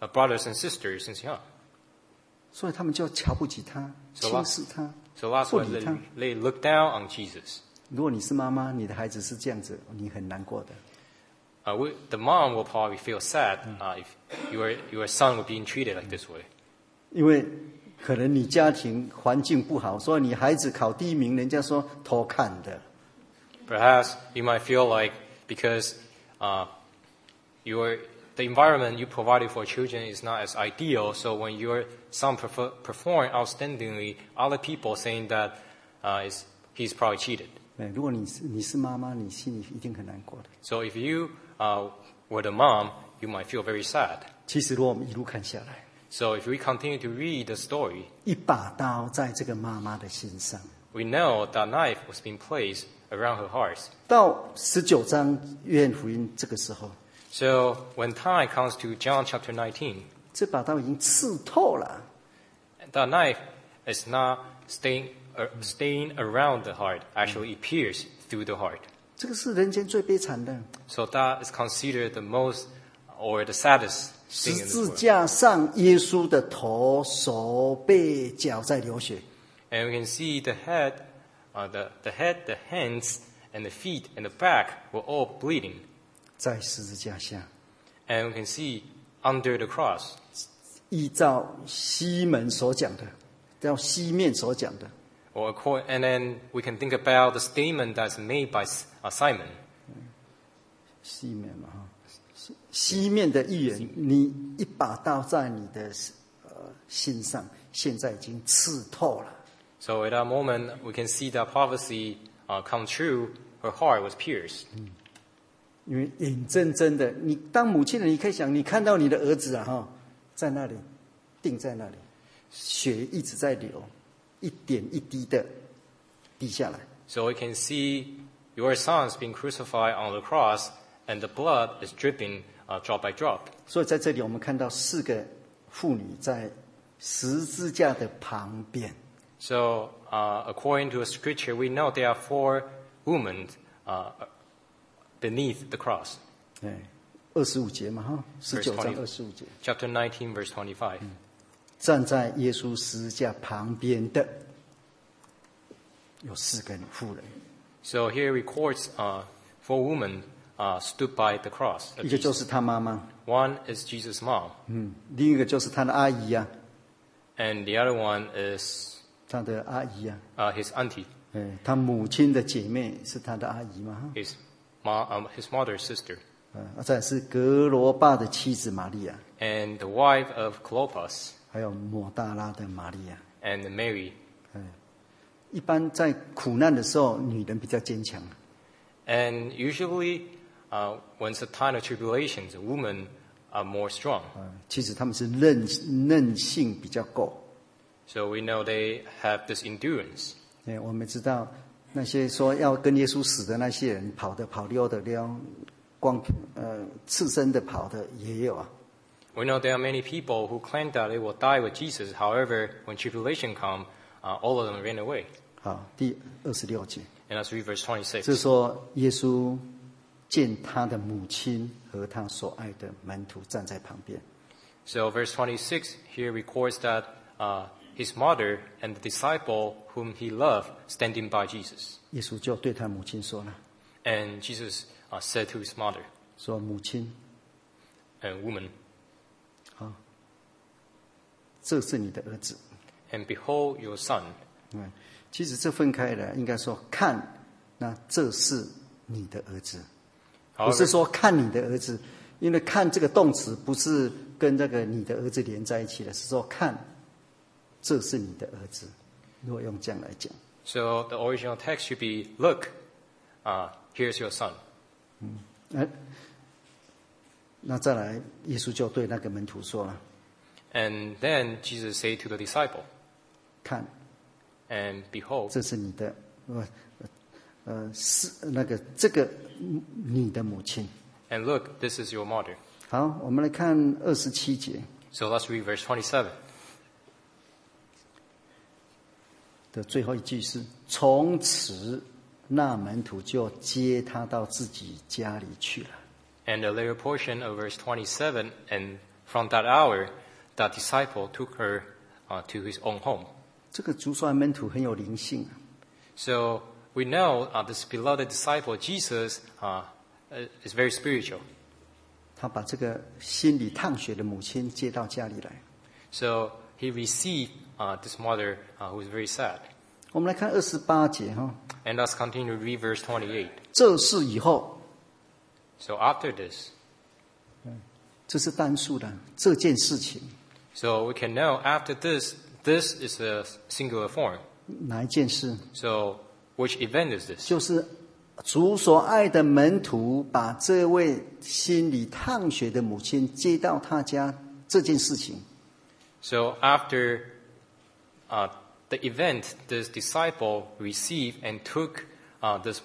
S2: uh, brothers and sisters since young.
S1: 所以他们就瞧不起他，
S2: 是吧
S1: 轻视他。
S2: So that's why they,
S1: 不理他。
S2: they looked down on Jesus.
S1: 如果你是妈妈，你的孩子是这样子，你很难过的。
S2: Uh, we, the mom will probably feel sad uh, if your, your son was being treated like this way.
S1: 因为可能你家庭环境不好，所以你孩子考第一名，人家说偷看的。
S2: Perhaps you might feel like because uh, your, the environment you provided for children is not as ideal, so when your son perfor- perform outstandingly, other people saying that uh, is, he's probably cheated.
S1: 哎，如果你是你是妈妈，你心里一定很难过的。
S2: So if you uh, were the mom, you might feel very sad.
S1: 其实，如果我们一路看下来，
S2: So if we continue to read the story,
S1: 一把刀在这个妈妈的心上。
S2: we know that knife was being placed around her heart.
S1: 到十九章约翰福音这个时候，
S2: So when time comes to John chapter 19,
S1: 这把刀已经刺透了。
S2: The knife is not staying, uh, staying around the heart. Actually, it pierces through the heart.
S1: 这个是人间最悲惨的，
S2: So that is considered the most or the saddest
S1: 十
S2: thing in this
S1: 字
S2: world.
S1: 架上耶稣的头、手、背、脚在流血，
S2: And we can see the head, uh, the, the head, the hands, and the feet, and the back were all bleeding.
S1: 在十字架下。
S2: And we can see under the cross,
S1: 依照西门所讲的，叫西面所讲的，
S2: or accord, and then we can think about the statement that's made by S- uh, Simon.
S1: 西面嘛哈，西西面的预言，你一把刀在你的呃心上，现在已经刺透了。
S2: So at that moment, we can see that prophecy uh, come true. Her heart was pierced.
S1: 因为眼睁睁的，你当母亲的，你可以想，你看到你的儿子啊，哈，在那里，定在那里，血一直在流，一点一滴的滴下来。
S2: So we can see your son's being crucified on the cross, and the blood is dripping uh, drop by drop.
S1: 所以在这里，我们看到四个妇女在十字架的旁边，
S2: So, uh, according to a scripture, we know there are four women uh, beneath the cross.
S1: 哎，二十五节嘛，哈，十九章二十五节，
S2: Chapter 19, verse 25.
S1: 站在耶稣十字架旁边的有四个妇人，
S2: So here records uh, four women uh, stood by the cross.
S1: 一个就是他妈妈，
S2: One is Jesus' mom,
S1: 嗯，另一个就是他的阿姨啊，
S2: and the other one is
S1: 他的阿姨啊，
S2: uh, his auntie,
S1: 哎，他母亲的姐妹是他的阿姨嘛，哈
S2: his, ma- um, his mother's sister,
S1: 呃，再来是格罗巴的妻子玛利亚，
S2: and the wife of Clopas,
S1: 还有抹大拉的玛利亚。
S2: and Mary.
S1: 一般在苦难的时候，女人比较坚强，
S2: And usually, uh, when it's a time of tribulations, women are more strong.
S1: 呃，其实她们是韧韧性比较够。
S2: So we know they have this endurance.
S1: 哎，我们知道那些说要跟耶稣死的那些人，跑的跑，溜的溜，光呃赤身的跑的也有啊。
S2: We know there are many people who claim that they will die with Jesus. However, when tribulation comes, uh, all of them ran away.
S1: 好，第二十六节，
S2: And that's read verse
S1: 这
S2: 26.
S1: 说耶稣见他的母亲和他所爱的门徒站在旁边，
S2: So verse 26 here records that uh, his mother and the disciple whom he loved standing by Jesus.
S1: 耶稣就对他母亲说了：“
S2: And Jesus uh, said to his mother
S1: 说母亲，啊
S2: and woman,
S1: 这是你的儿子。
S2: and behold your son. ”
S1: 嗯，其实这分开来应该说看，那这是你的儿子。不
S2: However,
S1: 是说看你的儿子，因为看这个动词不是跟那个你的儿子连在一起的，是说看，这是你的儿子。如果用这样来讲，
S2: so the original text should be, look, uh, here's your son.
S1: 哎，那再来，耶稣就对那个门徒说了：
S2: And then Jesus said to the disciple,
S1: 看，
S2: and behold,
S1: 这是你的，呃，呃，是那个这个你的母亲。
S2: and look, this is your mother.
S1: 好，我们来看二十七节
S2: So let's read verse 27.
S1: 的最后一句是：从此，那门徒就接他到自己家里去了。
S2: And the later portion of verse 27, and from that hour, that disciple took her uh, to his own home.
S1: 这个竹酸门徒很有灵性啊，
S2: So we know uh, this beloved disciple, Jesus, uh, uh, is very spiritual.
S1: 他把这个心理烫血的母亲接到家里来。
S2: So he received uh, this mother uh, who was very sad.
S1: 我们来看二十八节哈、
S2: And let's continue to read verse 28.
S1: 这事以后，
S2: So after this,
S1: 这是单数的这件事情，
S2: so we can know after this, this is a singular form.
S1: 哪一件事？
S2: So which event is this?
S1: 就是主所爱的门徒把这位心理烫血的母亲接到他家这件事情。
S2: So after uh, the event, this disciple received and took uh, this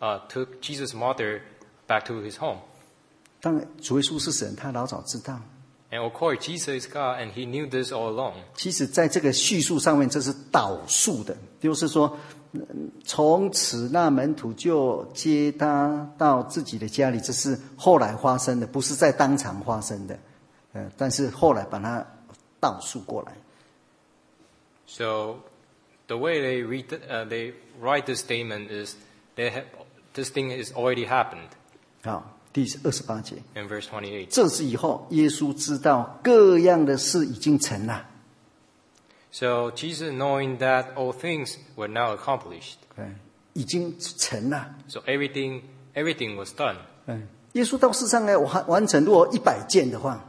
S2: uh, took Jesus' mother back to his home.
S1: 当然，主耶稣是神，他老早知道。
S2: And of course, Jesus is God, and he knew this all along.
S1: 其实，在这个叙述上面，这是导述的，就是说，嗯从此那门徒就接他到自己的家里，这是后来发生的，不是在当场发生的，呃，但是后来把它倒述过来。
S2: So the way they read th- uh, they write this statement is they have, this thing has already happened
S1: 好，啊第二十八节，
S2: in verse 28.
S1: 这是以后耶稣知道各样的事已经成了，
S2: So Jesus, knowing that all things were now accomplished,
S1: 嗯，已经成了，
S2: so everything everything was done.
S1: 嗯，耶稣到世上来完完成，如果一百件的话，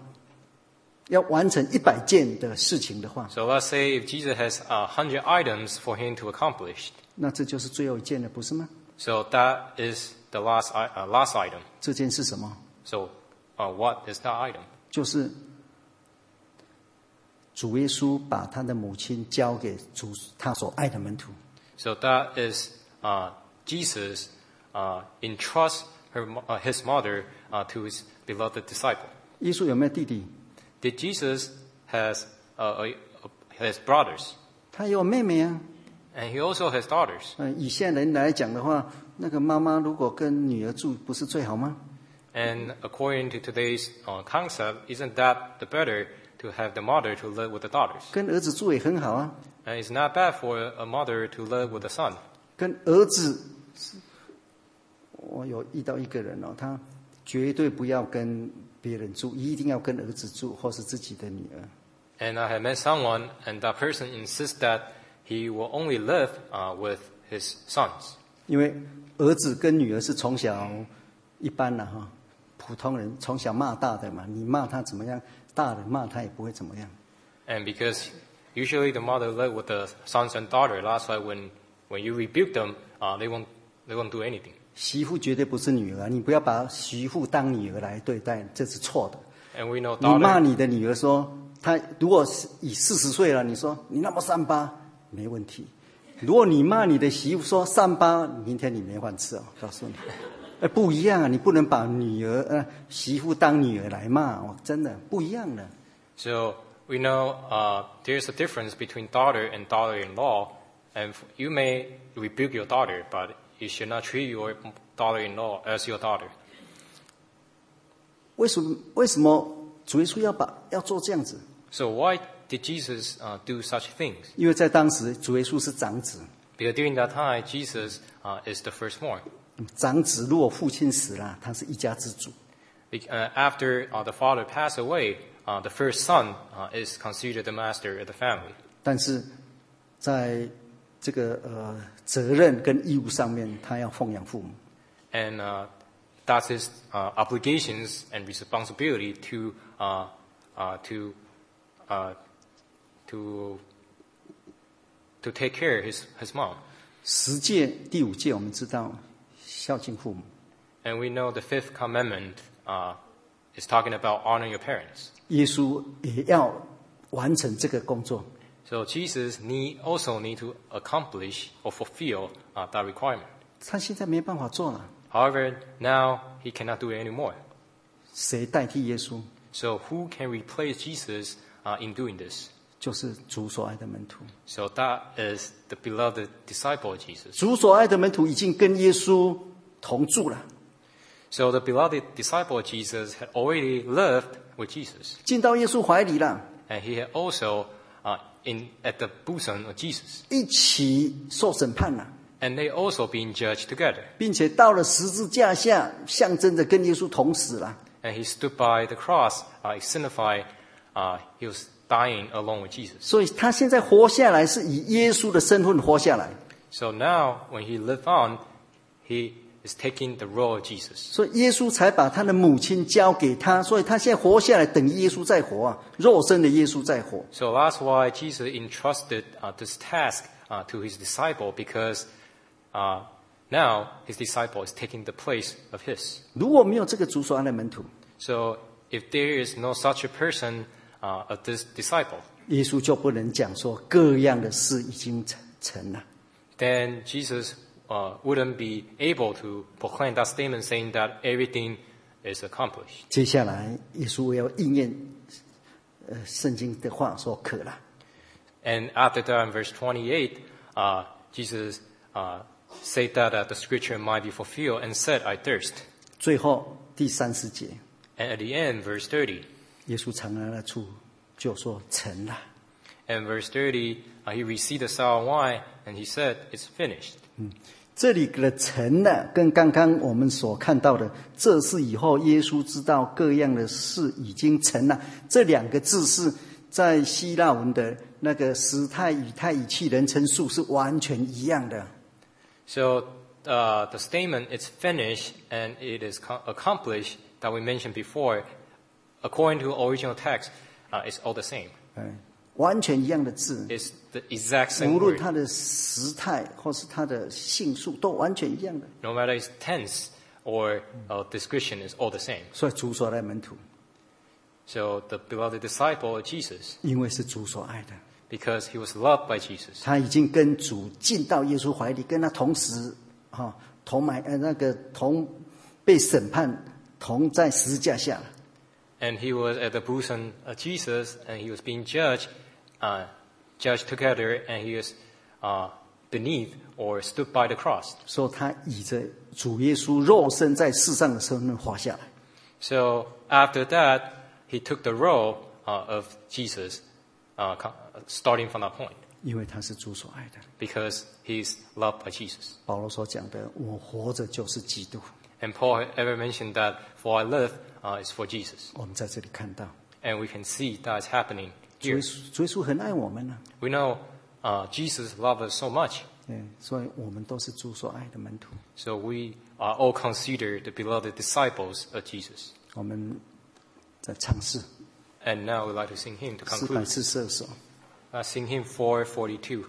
S1: 要完成一百件的事情的话。
S2: So let's say if Jesus has a hundred items for him to accomplish,
S1: 那这就是最后一件了，不是吗？
S2: so that is the last i- uh, last item.
S1: 这件是什么？
S2: So uh, what is that item?
S1: 就是主耶稣把他的母亲交给主他所爱的门徒。
S2: So that is uh, Jesus uh, entrusts her, mo- uh, his mother uh, to his beloved disciple.
S1: 耶稣有没有弟弟？
S2: Did Jesus has uh, a, a- his brothers,
S1: 他也有妹妹啊。
S2: and he also has daughters.
S1: 嗯、以现在人来讲的话，那个妈妈如果跟女儿住，不是最好吗？
S2: And according to today's uh, concept, isn't that the better to have the mother to live with the daughters?
S1: 跟儿子住也很好啊。
S2: And it's not bad for a mother to live with a son.
S1: 跟儿子，我有遇到一个人哦，他绝对不要跟别人住，一定要跟儿子住或是自己的女儿。
S2: And I have met someone, and that person insists that he will only live uh, with his sons.
S1: 因为儿子跟女儿是从小一般的、哈，普通人从小骂大的嘛，你骂他怎么样，大人骂他也不会怎么样。
S2: And because usually the mother live with the sons and daughter, that's why when, when you rebuke them, uh, they, won't, they won't do anything.
S1: 媳妇绝对不是女儿，啊你不要把媳妇当女儿来对待，这是错的。
S2: And we know
S1: 你骂
S2: daughter,
S1: 你的女儿说，她如果是已四十岁了，你说你那么三八，没问题。如果你骂你的媳妇说三八，明天你没饭吃哦，告诉你， 哎，不一样啊！你不能把女儿呃媳妇当女儿来骂，我真的不一样的。
S2: so we know uh, there's a difference between daughter and daughter-in-law, and f- you may rebuke your daughter, but you should not treat your daughter-in-law as your daughter.
S1: 为什么为什么主耶稣要把要做这样子？
S2: So why did Jesus uh, do such things?
S1: 因为在当时主耶稣是长子，
S2: Because during that time, Jesus uh, is the firstborn.
S1: 长子如果父亲死了，他是一家之主。
S2: Be- uh, after uh, the father passed away, uh, the first son uh, is considered the master of the family.
S1: 但是在这个呃责任跟义务上面，他要奉养父母。
S2: And uh, that's his uh, obligations and responsibility to, uh, uh, to, uh, to, to take care of his, his mom.
S1: 十诫第五诫，我们知道孝敬父母，
S2: And we know the fifth commandment uh, is talking about honor your parents.
S1: 耶稣也要完成这个工作。
S2: So Jesus need, also need to accomplish or fulfill uh, that requirement.
S1: 他现在没办法做了，
S2: However, now he cannot do it anymore.
S1: 谁代替耶稣？
S2: So who can replace Jesus uh, in doing this?
S1: 就是主所爱的门徒。
S2: So that is the beloved disciple of Jesus.
S1: 主所爱的门徒已经跟耶稣同住了，
S2: So the beloved disciple of Jesus had already lived with Jesus,
S1: 进到耶稣怀里了，
S2: and he had also uh, in at the bosom of Jesus,
S1: 一起受审判了，
S2: and they also being judged together.
S1: 并且到了十字架下，象征着跟耶稣同死了。
S2: And he stood by the cross, uh, signifying uh, he was dying along with Jesus.
S1: 所以他现在活下来是以耶稣的身份活下来，
S2: So now, when he lived on, he is taking the role of Jesus.
S1: 所以耶稣才把他的母亲交给他，所以他现在活下来等于耶稣在活啊，肉身的耶稣在活。
S2: So that's why Jesus entrusted uh, this task uh, to his disciple because uh, now his disciple is taking the place of his.
S1: 如果没有这个主所安的门徒，
S2: So if there is no such a person uh, of this disciple,
S1: 耶稣就不能讲说各样的事已经成成了。
S2: then Jesus uh, wouldn't be able to proclaim that statement saying that everything is accomplished.
S1: 接下来，耶稣要应验，呃，圣经的话说可了。
S2: And after that, in verse 28, uh, Jesus uh, said that uh, the scripture might be fulfilled and said, I thirst.
S1: 最后第三十节，
S2: And at the end, verse 30,
S1: 耶稣长来了处就说成了。
S2: and verse 30, uh, he received the sour wine and he said, It's finished.
S1: 这里的成呢，跟刚刚我们所看到的“这是以后耶稣知道各样的事已经成了”这两个字是在希腊文的那个时态语态语气人称数是完全一样的。
S2: So uh, the statement, It's finished and it is co- accomplished, that we mentioned before, according to original text, uh, it's all the same.
S1: 哎，完全一样的字，
S2: It's the exact
S1: 无
S2: same
S1: 论
S2: word.
S1: 它的时态或是它的性数都完全一样的。
S2: No matter its tense or uh, description, it's all the same.
S1: 所以主所爱的门徒，
S2: So the beloved disciple of Jesus,
S1: 因为是主所爱的，
S2: because he was loved by Jesus,
S1: 他已经跟主进到耶稣怀里，跟他同时哈、同埋呃那个同被审判，同在十字架下了。
S2: and he was at the bosom of Jesus, and he was being judged, uh, judged together, and he was uh, beneath or stood by the cross.
S1: 说他以着主耶稣肉身在世上的身份活下来，
S2: So after that, he took the role uh, of Jesus, uh, co- starting from that point,
S1: 因为他是主所爱的。
S2: because he's loved by Jesus.
S1: 保罗所讲的，我活着就是基督。
S2: And Paul ever mentioned that for I live uh, is for Jesus,
S1: 我们在这里看到，
S2: and we can see that it's happening
S1: 主耶稣主耶稣很爱我们呢、啊
S2: We know uh, Jesus loved us so much,
S1: 嗯，所以我们都是主所爱的门徒。
S2: so we are all considered the beloved disciples of Jesus.
S1: 我们在尝试
S2: And now we'd like to Uh, sing him to
S1: 四百
S2: conclude.
S1: 次射手。
S2: Let's sing him 442.